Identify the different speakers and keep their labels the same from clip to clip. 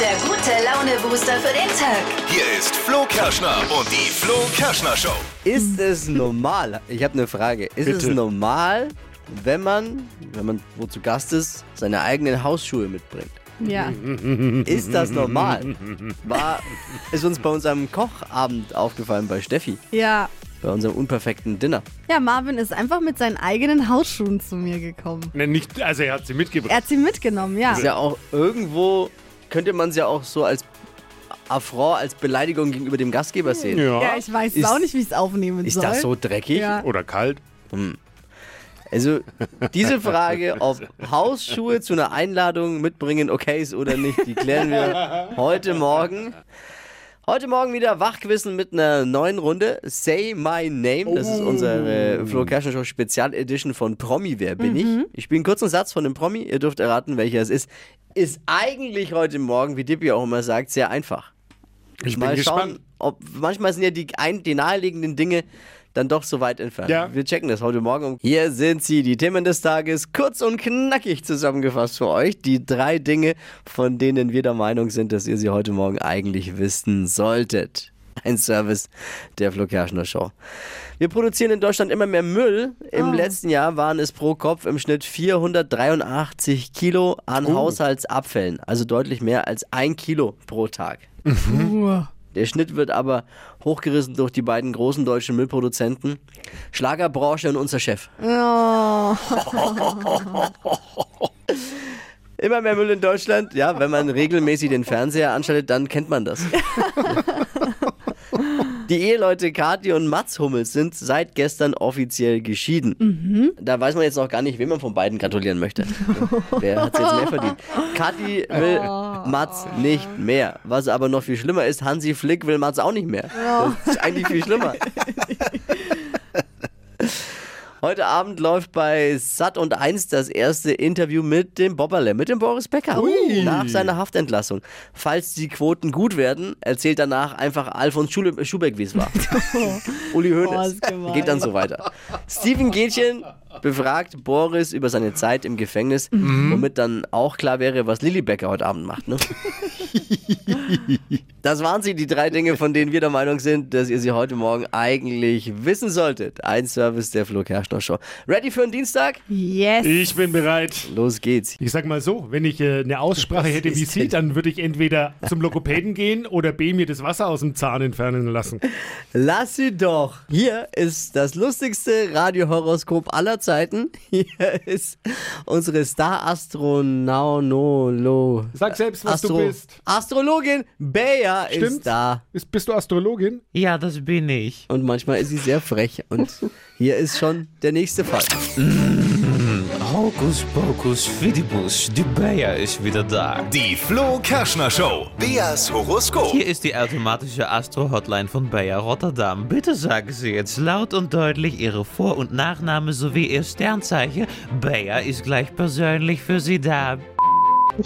Speaker 1: der gute Laune-Booster für den Tag.
Speaker 2: Hier ist Flo Kerschner und die Flo Kerschner Show.
Speaker 3: Ist
Speaker 4: Hm.
Speaker 3: es normal, ich habe eine Frage, ist es normal, wenn man, wenn man wo zu Gast ist, seine eigenen Hausschuhe mitbringt?
Speaker 4: Ja,
Speaker 3: Mhm. Ist das normal? War, ist uns bei unserem Kochabend aufgefallen bei Steffi,
Speaker 4: ja.
Speaker 3: bei unserem unperfekten Dinner.
Speaker 4: Ja, Marvin ist einfach mit seinen eigenen Hausschuhen zu mir gekommen.
Speaker 5: Ne, nicht, also er hat sie
Speaker 4: Er
Speaker 5: mitgebracht.
Speaker 4: hat sie mitgenommen, ja.
Speaker 3: Ist ja auch irgendwo, könnte man es ja auch so als Affront, als Beleidigung gegenüber dem Gastgeber sehen.
Speaker 4: Ja, ich weiß
Speaker 3: Ist-
Speaker 4: auch nicht, wie ich es aufnehmen
Speaker 3: Ist
Speaker 4: soll.
Speaker 3: das so dreckig?
Speaker 4: Ja.
Speaker 5: Oder kalt.
Speaker 3: Also diese Frage, ob Hausschuhe zu einer Einladung mitbringen okay ist oder nicht, die klären wir heute Morgen. Heute Morgen wieder Wachquissen mit einer neuen Runde. Say My Name. Das ist
Speaker 5: Oh.
Speaker 3: unsere Flo Kerschner Show Spezial Edition von Promi. Wer bin
Speaker 5: Mhm.
Speaker 3: ich? Ich spiele einen kurzen Satz von einem Promi. Ihr dürft erraten, welcher es ist. Ist eigentlich heute Morgen, wie Dippy auch immer sagt, sehr einfach.
Speaker 5: Ich
Speaker 3: Mal
Speaker 5: bin
Speaker 3: schauen,
Speaker 5: gespannt.
Speaker 3: ob manchmal sind ja die, ein, die naheliegenden Dinge dann doch so weit entfernt.
Speaker 5: Ja.
Speaker 3: Wir checken das heute Morgen. um. Hier sind sie, die Themen des Tages, kurz und knackig zusammengefasst für euch. Die drei Dinge, von denen wir der Meinung sind, dass ihr sie heute Morgen eigentlich wissen solltet. Ein Service der Flo Kerschner Show. Wir produzieren in Deutschland immer mehr Müll. Im letzten Jahr waren es pro Kopf im Schnitt 483 Kilo an Haushaltsabfällen. Also deutlich mehr als ein Kilo pro Tag. Der Schnitt wird aber hochgerissen durch die beiden großen deutschen Müllproduzenten. Schlagerbranche und unser Chef.
Speaker 4: Oh,
Speaker 3: Immer mehr Müll in Deutschland. Ja, wenn man regelmäßig den Fernseher anschaltet, dann kennt man das. Die Eheleute Kathi und Mats Hummels sind seit gestern offiziell geschieden. Da weiß man jetzt noch gar nicht, wem man von beiden gratulieren möchte. Wer hat jetzt mehr verdient? Kathi will Mats nicht mehr. Was aber noch viel schlimmer ist, Hansi Flick will Mats auch nicht mehr. Das ist eigentlich viel schlimmer. Heute Abend läuft bei Sat und 1 das erste Interview mit dem Bobberle, mit dem Boris Becker. Nach seiner Haftentlassung. Falls die Quoten gut werden, erzählt danach einfach Alfons Schule Schubeck, wie es war. Uli Hoeneß.
Speaker 4: Oh, ist gemein.
Speaker 3: Geht dann so weiter. Steven Gätchen befragt Boris über seine Zeit im Gefängnis,
Speaker 4: Mhm.
Speaker 3: womit dann auch klar wäre, was Lilly Becker heute Abend macht. Ne? Das waren sie, die drei Dinge, von denen wir der Meinung sind, dass ihr sie heute Morgen eigentlich wissen solltet. Ein Service der Flo Kerschner Show. Ready für den Dienstag?
Speaker 4: yes.
Speaker 5: Ich bin bereit.
Speaker 3: Los geht's.
Speaker 5: Ich sag mal so, wenn ich äh, eine Aussprache hätte wie
Speaker 3: ist
Speaker 5: sie,
Speaker 3: denn-
Speaker 5: dann würde ich entweder zum Logopäden gehen oder B, mir das Wasser aus dem Zahn entfernen lassen.
Speaker 3: Lass sie doch. Hier ist das lustigste Radiohoroskop aller Zeiten. Hier ist unsere Star-Astronaunologin.
Speaker 5: Sag selbst, was du bist.
Speaker 3: Astrologin Bea ist
Speaker 5: Stimmt's?
Speaker 3: da.
Speaker 5: Ist, bist du Astrologin?
Speaker 6: Ja, das bin ich.
Speaker 3: Und manchmal ist sie sehr frech. Und hier ist schon der nächste Fall.
Speaker 6: Hokus pokus fidibus, die Bayer ist wieder da.
Speaker 2: Die Flo Kerschner Show. Beas Horoskop.
Speaker 6: Hier ist die automatische Astro-Hotline von Bayer Rotterdam. Bitte sagen Sie jetzt laut und deutlich Ihre Vor- und Nachname sowie Ihr Sternzeichen. Bayer ist gleich persönlich für Sie da.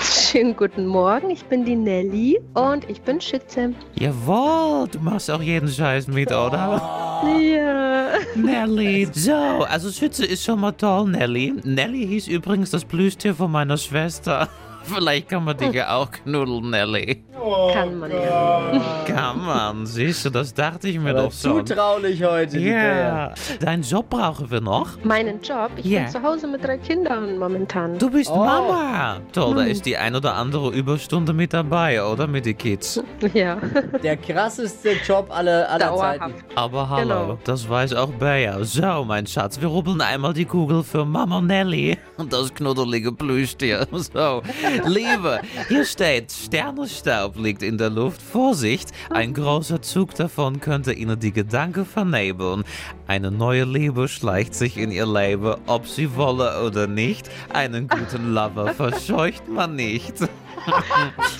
Speaker 7: Schönen guten Morgen, ich bin die Nelly und ich bin Schütze.
Speaker 6: Jawohl, du machst auch jeden Scheiß mit, oder?
Speaker 7: Ja.
Speaker 6: Nelly. So, also Schütze ist schon mal toll, Nelly. Nelly hieß übrigens das Plüschtier von meiner Schwester. Vielleicht kann man dich ja auch knuddeln, Nelly.
Speaker 7: Kann man ja.
Speaker 6: Kann man, siehst du, das dachte ich mir doch schon.
Speaker 3: Zutraulich heute, die Bea.
Speaker 6: Ja, deinen Job brauchen wir noch.
Speaker 7: Meinen Job, ich
Speaker 6: Ja.
Speaker 7: bin zu Hause mit drei Kindern momentan.
Speaker 6: Du bist Mama. Toll, da ist die ein oder andere Überstunde mit dabei, oder? Mit den Kids.
Speaker 7: Ja,
Speaker 3: Der krasseste Job aller, aller Zeiten.
Speaker 7: dauerhaft.
Speaker 6: Aber hallo,
Speaker 7: Genau.
Speaker 6: das weiß auch Bea. So, mein Schatz, wir rubbeln einmal die Kugel für Mama Nelly und das knuddelige Plüschtier. So, Liebe, hier steht, Sternenstaub liegt in der Luft. Vorsicht, ein großer Zug davon könnte Ihnen die Gedanken vernebeln. Eine neue Liebe schleicht sich in Ihr Leben, ob Sie wolle oder nicht. Einen guten Lover verscheucht man nicht.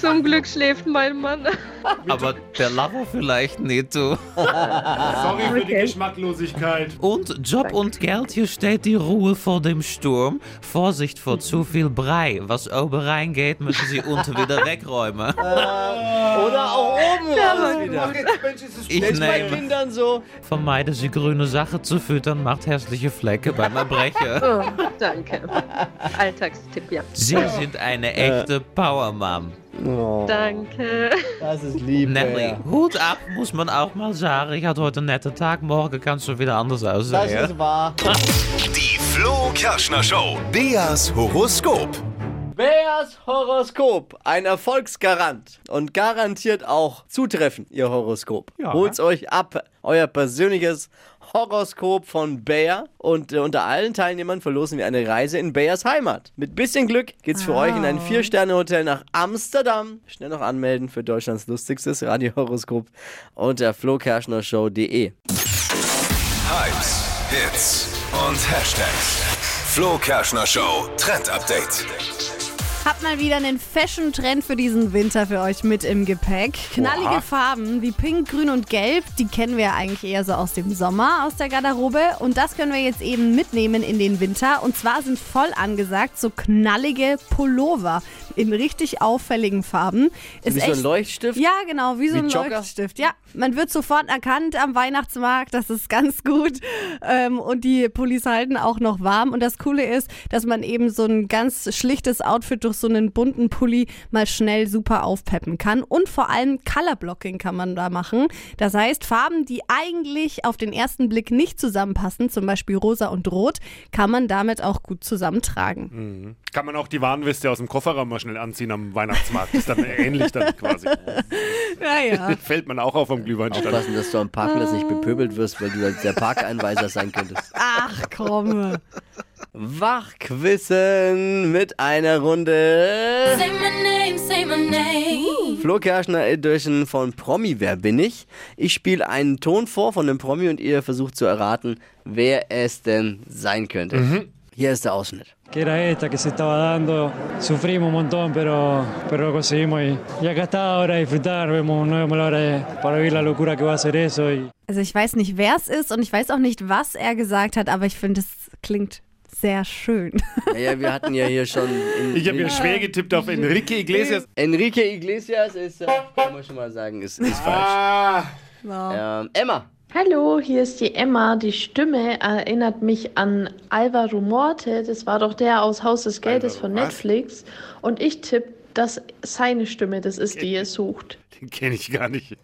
Speaker 7: Zum Glück schläft mein Mann.
Speaker 6: Aber der Lover vielleicht nicht, du.
Speaker 4: Ah.
Speaker 5: Sorry für die Geschmacklosigkeit.
Speaker 6: Und Job und Geld, hier steht die Ruhe vor dem Sturm. Vorsicht vor zu viel Brei. Was oben reingeht, müssen Sie unten wieder wegräumen.
Speaker 3: Oder auch oben raus wieder.
Speaker 6: Ich
Speaker 3: Ist bei
Speaker 6: nehme,
Speaker 3: Kindern so.
Speaker 6: vermeide Sie grüne Sachen zu füttern, macht hässliche Flecke beim Erbrechen.
Speaker 7: Oh, danke. Alltagstipp, ja.
Speaker 6: Sie sind eine echte Powermom.
Speaker 3: Oh,
Speaker 7: Danke.
Speaker 3: das ist lieb.
Speaker 6: Nelly,
Speaker 3: Bea.
Speaker 6: Hut ab, muss man auch mal sagen. Ich hatte heute einen netten Tag, morgen kann es schon wieder anders
Speaker 3: Das
Speaker 6: aussehen.
Speaker 3: ist wahr.
Speaker 2: Die Flo Kerschner Show. Beas Horoskop.
Speaker 3: Beas Horoskop, ein Erfolgsgarant und garantiert auch zutreffend ihr Horoskop.
Speaker 5: Ja.
Speaker 3: Holt's euch ab, euer persönliches Horoskop von Bea und äh, unter allen Teilnehmern verlosen wir eine Reise in Beas Heimat. Mit bisschen Glück geht's für
Speaker 4: Wow.
Speaker 3: euch in ein Vier-Sterne-Hotel nach Amsterdam. Schnell noch anmelden für Deutschlands lustigstes Radiohoroskop unter flokerschnershow.de.
Speaker 2: Hypes, Hits und Hashtags. Flo Kerschner Show Trend Update.
Speaker 4: Hab mal wieder einen Fashion-Trend für diesen Winter für euch mit im Gepäck. Knallige Farben wie Pink, Grün und Gelb, die kennen wir ja eigentlich eher so aus dem Sommer, aus der Garderobe. Und das können wir jetzt eben mitnehmen in den Winter. Und zwar sind voll angesagt so knallige Pullover in richtig auffälligen Farben. Ist
Speaker 3: Wie so ein
Speaker 4: echt-
Speaker 3: Leuchtstift?
Speaker 4: Ja, genau, wie so
Speaker 3: Wie
Speaker 4: ein
Speaker 3: Jogger?
Speaker 4: Leuchtstift. Ja, man wird sofort erkannt am Weihnachtsmarkt, das ist ganz gut. Ähm, und die Pullis halten auch noch warm. Und das Coole ist, dass man eben so ein ganz schlichtes Outfit durch so einen bunten Pulli mal schnell super aufpeppen kann. Und vor allem Colorblocking kann man da machen. Das heißt, Farben, die eigentlich auf den ersten Blick nicht zusammenpassen, zum Beispiel rosa und rot, kann man damit auch gut zusammentragen.
Speaker 3: Hm.
Speaker 5: Kann man auch die Warnweste aus dem Kofferraum mal schnell anziehen am Weihnachtsmarkt. Ist dann ähnlich dann quasi.
Speaker 4: Ja, ja.
Speaker 5: Fällt man auch auf am Glühweinstand.
Speaker 3: Aufpassen, dass du am Parkplatz nicht bepöbelt wirst, weil du als der Parkeinweiser sein könntest.
Speaker 4: Ach komm.
Speaker 3: Wachquissen mit einer Runde. Uh.
Speaker 8: Say my name, say my name.
Speaker 3: Flo Kerschner Edition von Promi Wer bin ich? Ich spiele einen Ton vor von einem Promi und ihr versucht zu erraten, wer es denn sein könnte.
Speaker 4: Mhm.
Speaker 3: Hier ist der Ausschnitt.
Speaker 9: que era esta que se estaba dando. Sufrimos un montón, pero, pero lo conseguimos y, y acá está ahora de disfrutar, vemos, no vemos la hora de- eh, para vivir la locura que va a ser eso y
Speaker 4: Also ich weiß nicht, wer es ist und ich weiß auch nicht, was er gesagt hat, aber ich finde, es klingt sehr schön.
Speaker 3: Naja, wir hatten ja hier schon. In,
Speaker 5: Ich habe mir
Speaker 3: in,
Speaker 5: schwer getippt auf Enrique Iglesias.
Speaker 3: Enrique Iglesias ist, äh, kann man schon mal sagen, ist, ist falsch.
Speaker 5: Ah,
Speaker 4: Ah.
Speaker 3: Ähm, Emma.
Speaker 7: Hallo, hier ist die Emma. Die Stimme erinnert mich an Alvaro Morte. Das war doch der aus Haus des Geldes von Netflix. Und ich tippe, dass seine Stimme das ist, die ihr sucht.
Speaker 5: Den kenne ich gar nicht.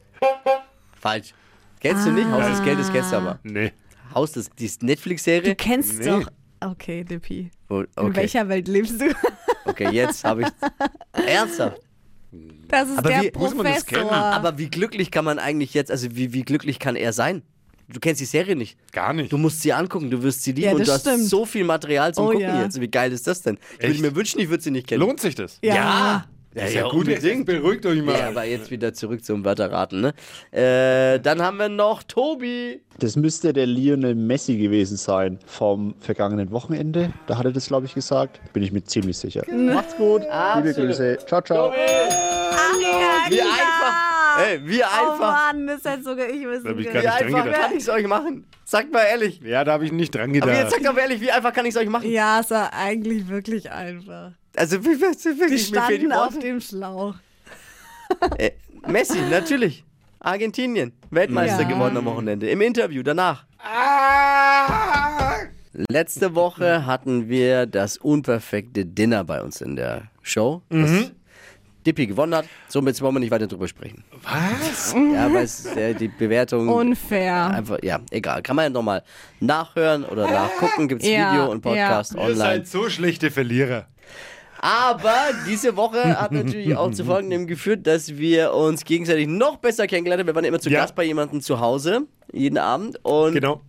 Speaker 3: Falsch. Kennst du nicht? Haus des Geldes kennst du aber.
Speaker 5: Nee.
Speaker 3: Haus des, die
Speaker 4: Ah. Du
Speaker 3: Netflix-Serie?
Speaker 4: kennst
Speaker 5: Nee.
Speaker 4: doch. Okay, Dippi.
Speaker 3: Äh, Oh,
Speaker 4: In
Speaker 3: Okay.
Speaker 4: welcher Welt lebst du?
Speaker 3: okay, jetzt habe ich. Ernsthaft?
Speaker 4: Das ist
Speaker 3: Aber
Speaker 4: der
Speaker 3: wie- muss
Speaker 5: man das
Speaker 4: Professor.
Speaker 5: kennen?
Speaker 3: Aber wie glücklich kann man eigentlich jetzt, also wie, wie glücklich kann er sein? Du kennst die Serie nicht.
Speaker 5: Gar nicht.
Speaker 3: Du musst sie angucken, du wirst sie lieben
Speaker 4: Ja,
Speaker 3: und
Speaker 4: das
Speaker 3: du hast
Speaker 4: stimmt.
Speaker 3: so viel Material zum
Speaker 4: Oh,
Speaker 3: Gucken
Speaker 4: ja.
Speaker 3: jetzt. Wie geil ist das denn? Ich würde
Speaker 5: Echt?
Speaker 3: mir wünschen, ich würde sie nicht kennen.
Speaker 5: Lohnt sich das?
Speaker 4: Ah. ja.
Speaker 3: ja,
Speaker 5: Ist
Speaker 3: ja,
Speaker 5: ja gut,
Speaker 3: unbedingt.
Speaker 5: beruhigt euch mal.
Speaker 3: Ja, aber jetzt wieder zurück zum Wörterraten, ne? Äh, dann haben wir noch Tobi.
Speaker 10: Das müsste der Lionel Messi gewesen sein vom vergangenen Wochenende. Da hat er das, glaube ich, gesagt. Bin ich mir ziemlich sicher. Macht's gut. Liebe
Speaker 3: Absolut.
Speaker 10: Grüße. Ciao, ciao.
Speaker 4: Ja,
Speaker 3: Wie
Speaker 4: klar.
Speaker 3: einfach. Ey, wie
Speaker 4: Oh
Speaker 3: einfach.
Speaker 4: Mann, das hätte sogar ich wissen
Speaker 5: hab ich
Speaker 4: können.
Speaker 5: gar
Speaker 3: wie
Speaker 5: nicht dran
Speaker 3: einfach
Speaker 5: gedacht.
Speaker 3: kann ich es euch machen? Sagt mal ehrlich.
Speaker 5: Ja, da habe ich nicht dran
Speaker 3: Aber jetzt
Speaker 5: gedacht.
Speaker 3: sagt doch ehrlich, wie einfach kann ich es euch machen?
Speaker 4: Ja, es war eigentlich wirklich einfach.
Speaker 3: Also, wie, wie, wie, wie,
Speaker 4: Die
Speaker 3: mir fehlen die
Speaker 4: standen auf
Speaker 3: Worte.
Speaker 4: dem Schlauch.
Speaker 3: Äh, Messi, natürlich. Argentinien, Weltmeister
Speaker 4: Ja.
Speaker 3: geworden am Wochenende. Im Interview danach. Letzte Woche hatten wir das unperfekte Dinner bei uns in der Show. Das Dippi gewonnen hat. Somit wollen wir nicht weiter drüber sprechen.
Speaker 5: Was?
Speaker 3: Ja, aber es ist äh, die Bewertung.
Speaker 4: Unfair.
Speaker 3: Einfach, ja, egal. Kann man ja nochmal nachhören oder nachgucken. Gibt es
Speaker 4: Ja,
Speaker 3: Video und Podcast
Speaker 5: Ihr
Speaker 3: online.
Speaker 5: seid so schlechte Verlierer.
Speaker 3: Aber diese Woche hat natürlich auch zu folgendem geführt, dass wir uns gegenseitig noch besser kennengelernt haben. Wir waren immer zu
Speaker 5: Ja.
Speaker 3: Gast bei jemandem zu Hause, jeden Abend. Und
Speaker 5: Genau.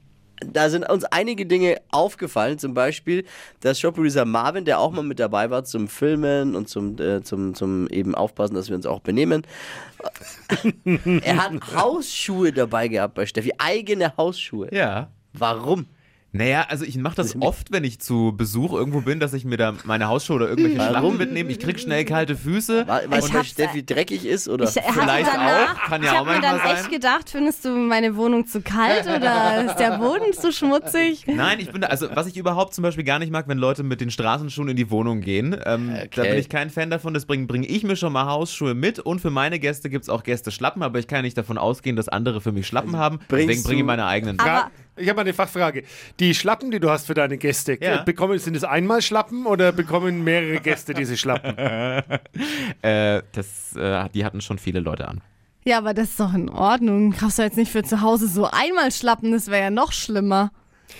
Speaker 3: da sind uns einige Dinge aufgefallen. Zum Beispiel, dass Showproducer Marvin, der auch mal mit dabei war zum Filmen und zum, äh, zum, zum eben aufpassen, dass wir uns auch benehmen. er hat Hausschuhe dabei gehabt bei Steffi. Eigene Hausschuhe.
Speaker 11: Ja.
Speaker 3: Warum?
Speaker 11: Naja, also ich mache das oft, wenn ich zu Besuch irgendwo bin, dass ich mir da meine Hausschuhe oder irgendwelche Schlappen mitnehme. Ich krieg schnell kalte Füße.
Speaker 3: Weil, weil
Speaker 4: hab's-
Speaker 3: Steffi dreckig ist? Oder?
Speaker 4: Ich hab
Speaker 11: Vielleicht
Speaker 4: danach,
Speaker 11: auch, kann ja
Speaker 4: ich
Speaker 11: auch
Speaker 4: habe mir dann
Speaker 11: manchmal
Speaker 4: echt
Speaker 11: sein.
Speaker 4: gedacht, findest du meine Wohnung zu kalt oder ist der Boden zu schmutzig?
Speaker 11: Nein, ich bin da, also was ich überhaupt zum Beispiel gar nicht mag, wenn Leute mit den Straßenschuhen in die Wohnung gehen. Ähm, Da
Speaker 3: Okay.
Speaker 11: bin ich kein Fan davon, deswegen bringe ich mir schon mal Hausschuhe mit und für meine Gäste gibt es auch Gäste Schlappen, aber ich kann nicht davon ausgehen, dass andere für mich Schlappen haben.
Speaker 3: bringst
Speaker 11: Deswegen bringe ich
Speaker 3: du-
Speaker 11: meine eigenen.
Speaker 4: Aber
Speaker 5: Ich habe eine Fachfrage. Die Schlappen, die du hast für deine Gäste,
Speaker 11: Ja.
Speaker 5: äh, bekommen, sind es einmal Schlappen oder bekommen mehrere Gäste diese Schlappen?
Speaker 11: äh, das, äh, die hatten schon viele Leute an.
Speaker 4: Ja, aber das ist doch in Ordnung. Kaufst du jetzt nicht für zu Hause so einmal schlappen, das wäre ja noch schlimmer.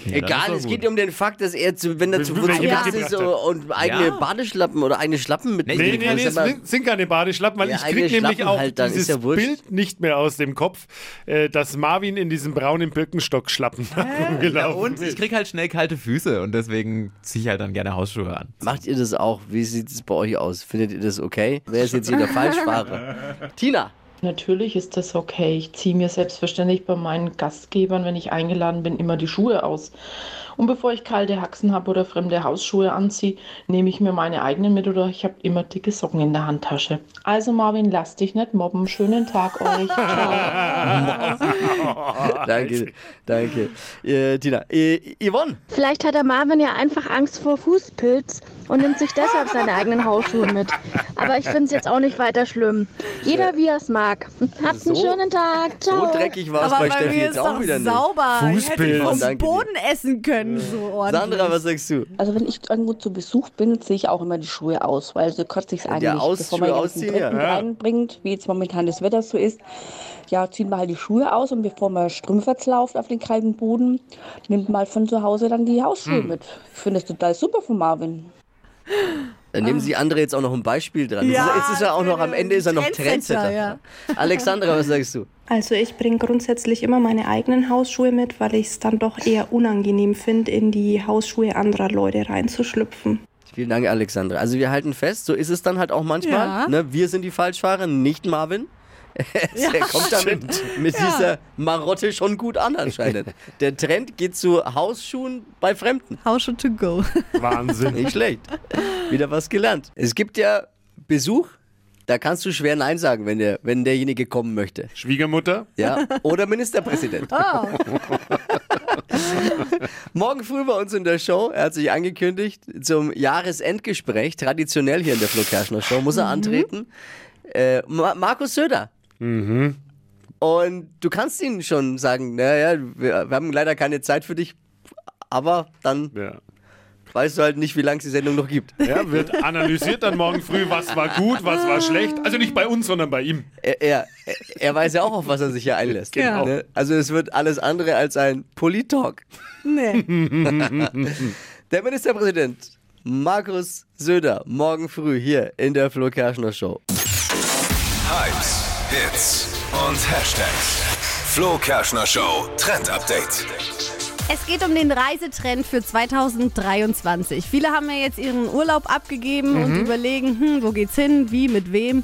Speaker 3: Egal, es geht ja um den Fakt, dass er, zu, wenn er zu
Speaker 5: wenn er
Speaker 3: Wutz ja.
Speaker 5: mitgebracht
Speaker 3: ist
Speaker 5: hat.
Speaker 3: und eigene
Speaker 5: Ja.
Speaker 3: Badeschlappen oder eigene Schlappen
Speaker 5: Nee,
Speaker 3: mitnehmen
Speaker 5: nee,
Speaker 3: kann,
Speaker 5: nee,
Speaker 3: ist
Speaker 5: es
Speaker 3: aber-
Speaker 5: sind- sind keine Badeschlappen, weil
Speaker 3: Ja,
Speaker 5: ich
Speaker 3: eigene
Speaker 5: krieg nämlich
Speaker 3: Schlappen
Speaker 5: auch
Speaker 3: halt dann, ist
Speaker 5: dieses
Speaker 3: ja wurscht.
Speaker 5: Bild nicht mehr aus dem Kopf, äh, dass Marvin in diesem braunen Birkenstock-Schlappen
Speaker 11: Ja,
Speaker 5: gelaufen
Speaker 11: und ich krieg halt schnell kalte Füße und deswegen ziehe ich halt dann gerne Hausschuhe an.
Speaker 3: Macht ihr das auch? Wie sieht es bei euch aus? Findet ihr das okay? Wer ist jetzt hier der Falschfahrer? Tina.
Speaker 12: Natürlich ist das okay. Ich ziehe mir selbstverständlich bei meinen Gastgebern, wenn ich eingeladen bin, immer die Schuhe aus. Und bevor ich kalte Haxen habe oder fremde Hausschuhe anziehe, nehme ich mir meine eigenen mit oder ich habe immer dicke Socken in der Handtasche. Also Marvin, lass dich nicht mobben. Schönen Tag euch. Ciao.
Speaker 5: Ah,
Speaker 3: danke, danke. Äh, Tina. Äh, Yvonne.
Speaker 13: Vielleicht hat der Marvin ja einfach Angst vor Fußpilz und nimmt sich deshalb seine eigenen Hausschuhe mit. Aber ich finde es jetzt auch nicht weiter schlimm. Jeder wie er es mag. Habt einen
Speaker 3: So-
Speaker 13: schönen Tag. Ciao.
Speaker 3: So dreckig war es bei, Steffi jetzt auch wieder
Speaker 4: sauber.
Speaker 3: nicht.
Speaker 4: Ich hätte ihn
Speaker 3: Oh,
Speaker 4: vom
Speaker 3: danke dir. Äh,
Speaker 4: Boden essen können, so ordentlich.
Speaker 3: Sandra, was sagst du?
Speaker 14: Also wenn ich irgendwo zu Besuch bin, ziehe ich auch immer die Schuhe aus, weil so kotzt sich
Speaker 3: Ja,
Speaker 14: eigentlich, bevor man
Speaker 3: Ausschuhe
Speaker 14: ganzen
Speaker 3: ausziehen,
Speaker 14: Dreck
Speaker 3: ja.
Speaker 14: mit
Speaker 3: Ja.
Speaker 14: reinbringt, wie jetzt momentan das Wetter so ist. Ja, zieht man halt die Schuhe aus und bevor man strümpferts läuft auf den kalten Boden, nimmt man halt von zu Hause dann die Hausschuhe
Speaker 3: Hm.
Speaker 14: mit. Ich finde das total super von Marvin.
Speaker 3: Dann Äh, nehmen Sie andere jetzt auch noch ein Beispiel dran.
Speaker 14: Ja,
Speaker 3: es ist ja auch noch am Ende ist er noch
Speaker 14: Trendsetter,
Speaker 3: Trendsetter. Alexandra, was sagst du?
Speaker 15: Also ich bringe grundsätzlich immer meine eigenen Hausschuhe mit, weil ich es dann doch eher unangenehm finde, in die Hausschuhe anderer Leute reinzuschlüpfen.
Speaker 3: Vielen Dank, Alexandra. Also wir halten fest, so ist es dann halt auch manchmal.
Speaker 15: Ja.
Speaker 3: Ne? Wir sind die Falschfahrer, nicht Marvin. er
Speaker 16: Ja,
Speaker 3: kommt damit
Speaker 16: stimmt.
Speaker 3: mit
Speaker 16: Ja.
Speaker 3: dieser Marotte schon gut an anscheinend. Der Trend geht zu Hausschuhen bei Fremden.
Speaker 4: Hausschuhe to go.
Speaker 5: Wahnsinn.
Speaker 3: Nicht schlecht. Wieder was gelernt. Es gibt ja Besuch, da kannst du schwer Nein sagen, wenn, der, wenn derjenige kommen möchte.
Speaker 5: Schwiegermutter?
Speaker 3: Ja. Oder Ministerpräsident.
Speaker 4: Oh.
Speaker 3: Morgen früh bei uns in der Show, er hat sich angekündigt, zum Jahresendgespräch, traditionell hier in der Flo Kerschner Show, muss er antreten. Äh, Ma Markus Söder.
Speaker 5: Mhm.
Speaker 3: Und du kannst ihnen schon sagen, naja, wir, wir haben leider keine Zeit für dich, aber dann weißt du halt nicht, wie lange es die Sendung noch gibt.
Speaker 5: Ja, wird analysiert dann morgen früh, was war gut, was war schlecht. Also nicht bei uns, sondern bei ihm.
Speaker 3: Er, er, er weiß ja auch, auf was er sich hier einlässt.
Speaker 5: Genau.
Speaker 3: Ne? Also es wird alles andere als ein Politalk.
Speaker 4: Nee.
Speaker 3: der Ministerpräsident Markus Söder, morgen früh hier in der Flo Kerschner Show.
Speaker 2: Hypes, Hits und Hashtags. Flo Kerschner Show Trend Update.
Speaker 4: Es geht um den Reisetrend für 2023. Viele haben ja jetzt ihren Urlaub abgegeben und
Speaker 17: Mhm.
Speaker 4: überlegen, hm, wo geht's hin, wie, mit wem.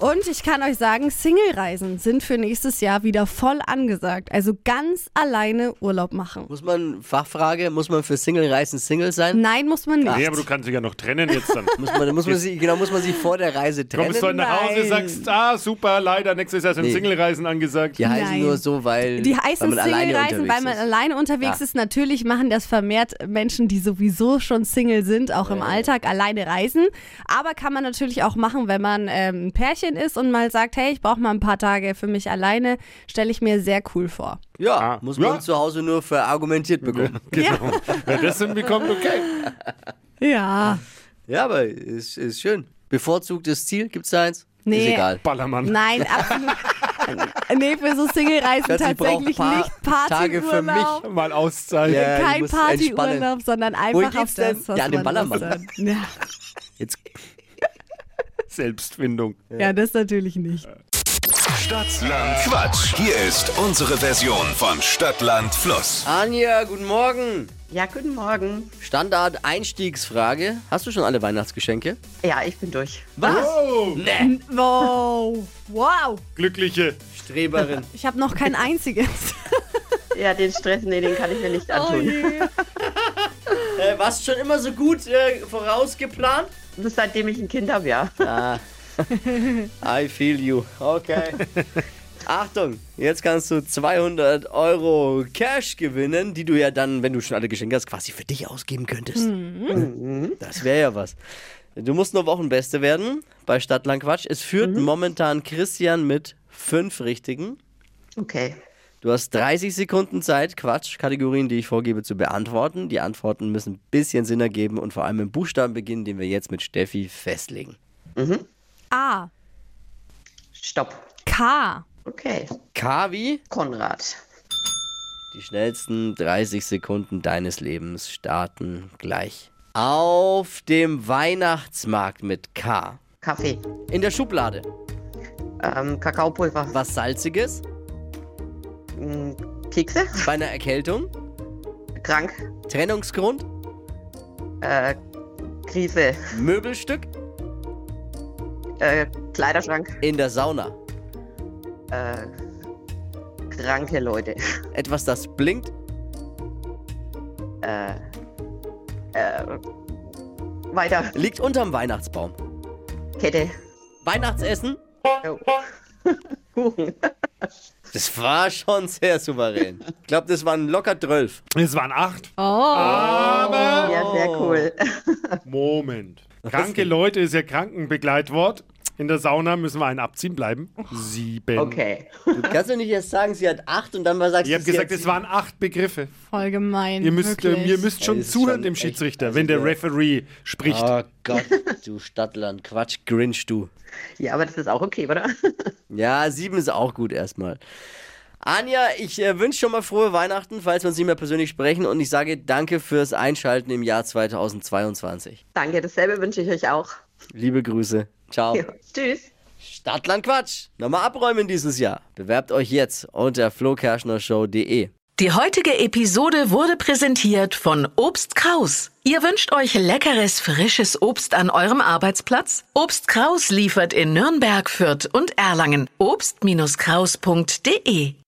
Speaker 4: Und ich kann euch sagen, Single-Reisen sind für nächstes Jahr wieder voll angesagt. Also ganz alleine Urlaub machen.
Speaker 3: Muss man, Fachfrage, muss man für Single-Reisen Single sein?
Speaker 4: Nein, muss man nicht.
Speaker 5: Nee, aber du kannst dich ja noch trennen jetzt dann.
Speaker 3: muss man, muss man sich, genau, muss man sich vor der Reise trennen?
Speaker 5: Kommst du heute nach Hause, sagst, ah, super, leider, nächstes Jahr sind
Speaker 3: Nee.
Speaker 5: Single-Reisen angesagt.
Speaker 3: Die heißen
Speaker 4: Nein.
Speaker 3: nur so, weil,
Speaker 4: Die
Speaker 3: weil
Speaker 4: heißen
Speaker 3: man alleine
Speaker 4: Single-Reisen,
Speaker 3: unterwegs
Speaker 4: weil man
Speaker 3: ist.
Speaker 4: alleine unterwegs
Speaker 3: Ja.
Speaker 4: ist. Natürlich machen das vermehrt Menschen, die sowieso schon Single sind, auch im Alltag alleine reisen. Aber kann man natürlich auch machen, wenn man ähm, ein Pärchen ist und mal sagt, hey, ich brauche mal ein paar Tage für mich alleine, stelle ich mir sehr cool vor.
Speaker 3: Ja,
Speaker 5: Ah.
Speaker 3: muss man zu Hause nur verargumentiert bekommen.
Speaker 5: genau. Wer das hinbekommt, okay.
Speaker 4: Ja.
Speaker 3: Ja, aber ist, ist schön. Bevorzugtes Ziel, gibt's da eins?
Speaker 4: Nee.
Speaker 3: Ist egal.
Speaker 5: Ballermann.
Speaker 4: Nein, absolut. nee, für so Single-Reisen
Speaker 3: Schatz, ich brauch
Speaker 4: tatsächlich
Speaker 3: paar
Speaker 4: nicht Partyurlaub.
Speaker 5: Mal Auszeit.
Speaker 3: Ja, ich
Speaker 4: Kein
Speaker 3: muss
Speaker 4: Partyurlaub,
Speaker 3: entspannen.
Speaker 4: sondern
Speaker 3: Wo
Speaker 4: einfach auf
Speaker 3: geht's denn?
Speaker 4: das, was
Speaker 3: Ja, an den
Speaker 4: man Lust
Speaker 3: Ballermann.
Speaker 4: hat. Ja.
Speaker 3: Jetzt.
Speaker 5: Selbstfindung.
Speaker 4: ja, das natürlich nicht.
Speaker 2: Stadtland Quatsch. Hier ist unsere Version von Stadtland Fluss.
Speaker 3: Anja, guten Morgen.
Speaker 18: Ja, guten Morgen.
Speaker 3: Standard Einstiegsfrage. Hast du schon alle Weihnachtsgeschenke?
Speaker 18: Ja, ich bin durch.
Speaker 3: Was?
Speaker 5: Wow.
Speaker 3: Nee.
Speaker 4: Wow. Wow.
Speaker 5: Glückliche
Speaker 3: Streberin.
Speaker 4: Ich habe noch kein einziges.
Speaker 18: Ja, den Stress, nee, den kann ich mir nicht antun.
Speaker 15: Oh.
Speaker 3: äh, warst schon immer so gut äh, vorausgeplant?
Speaker 18: Bis seitdem ich ein Kind habe, ja.
Speaker 3: Ah, I feel you. Okay. Achtung, jetzt kannst du 200 Euro Cash gewinnen, die du ja dann, wenn du schon alle Geschenke hast, quasi für dich ausgeben könntest. Mhm. Das wäre ja was. Du musst nur Wochenbeste werden bei Stadtland Quatsch. Es führt momentan Christian mit fünf Richtigen.
Speaker 18: Okay.
Speaker 3: Du hast 30 Sekunden Zeit, Quatsch-Kategorien, die ich vorgebe, zu beantworten. Die Antworten müssen ein bisschen Sinn ergeben und vor allem im Buchstaben beginnen, den wir jetzt mit Steffi festlegen.
Speaker 4: A.
Speaker 18: Stopp.
Speaker 4: K.
Speaker 18: Okay.
Speaker 3: K wie?
Speaker 18: Konrad.
Speaker 3: Die schnellsten 30 Sekunden deines Lebens starten gleich. Auf dem Weihnachtsmarkt mit K.
Speaker 18: Kaffee.
Speaker 3: In der Schublade.
Speaker 18: Ähm, Kakaopulver.
Speaker 3: Was Salziges?
Speaker 18: Kekse?
Speaker 3: Bei einer Erkältung?
Speaker 18: Krank.
Speaker 3: Trennungsgrund?
Speaker 18: Äh, Krise.
Speaker 3: Möbelstück?
Speaker 18: Äh, Kleiderschrank.
Speaker 3: In der Sauna.
Speaker 18: Äh, kranke Leute.
Speaker 3: Etwas, das blinkt?
Speaker 18: Äh, äh, weiter.
Speaker 3: Liegt unterm Weihnachtsbaum.
Speaker 18: Kette.
Speaker 3: Weihnachtsessen?
Speaker 18: Oh.
Speaker 3: Das war schon sehr souverän. Ich glaube, das waren locker 12.
Speaker 5: Es waren acht.
Speaker 4: Oh.
Speaker 5: Aber.
Speaker 18: Ja, sehr cool.
Speaker 5: Moment. Kranke Leute ist ja Krankenbegleitwort. In der Sauna müssen wir einen abziehen bleiben.
Speaker 4: Oh.
Speaker 5: Sieben.
Speaker 18: Okay.
Speaker 3: Du kannst doch nicht erst sagen, sie hat 8 und dann mal sagst
Speaker 5: Ich
Speaker 3: du,
Speaker 5: habe
Speaker 3: sie
Speaker 5: gesagt,
Speaker 3: hat
Speaker 5: es waren acht Begriffe.
Speaker 4: Voll gemein.
Speaker 5: Ihr müsst,
Speaker 4: wirklich.
Speaker 5: äh, ihr müsst schon
Speaker 3: Das ist
Speaker 5: zuhören
Speaker 3: schon
Speaker 5: dem
Speaker 3: echt-
Speaker 5: Schiedsrichter,
Speaker 3: also
Speaker 5: wenn der
Speaker 3: der-
Speaker 5: Referee spricht.
Speaker 3: Oh Gott, du Stadtland, Quatsch, Grinch, du.
Speaker 18: Ja, aber das ist auch okay, oder?
Speaker 3: Ja, sieben ist auch gut erstmal. Anja, ich äh, wünsche schon mal frohe Weihnachten, falls wir uns nicht mehr persönlich sprechen. Und ich sage danke fürs Einschalten im Jahr 2022.
Speaker 18: Danke, dasselbe wünsche ich euch auch.
Speaker 3: Liebe Grüße. Ciao.
Speaker 18: Ja, tschüss.
Speaker 3: Stadtland Quatsch. Nochmal abräumen dieses Jahr. Bewerbt euch jetzt unter flokerschnershow.de.
Speaker 16: Die heutige Episode wurde präsentiert von Obst Kraus. Ihr wünscht euch leckeres, frisches Obst an eurem Arbeitsplatz? Obst Kraus liefert in Nürnberg, Fürth und Erlangen. Obst-Kraus.de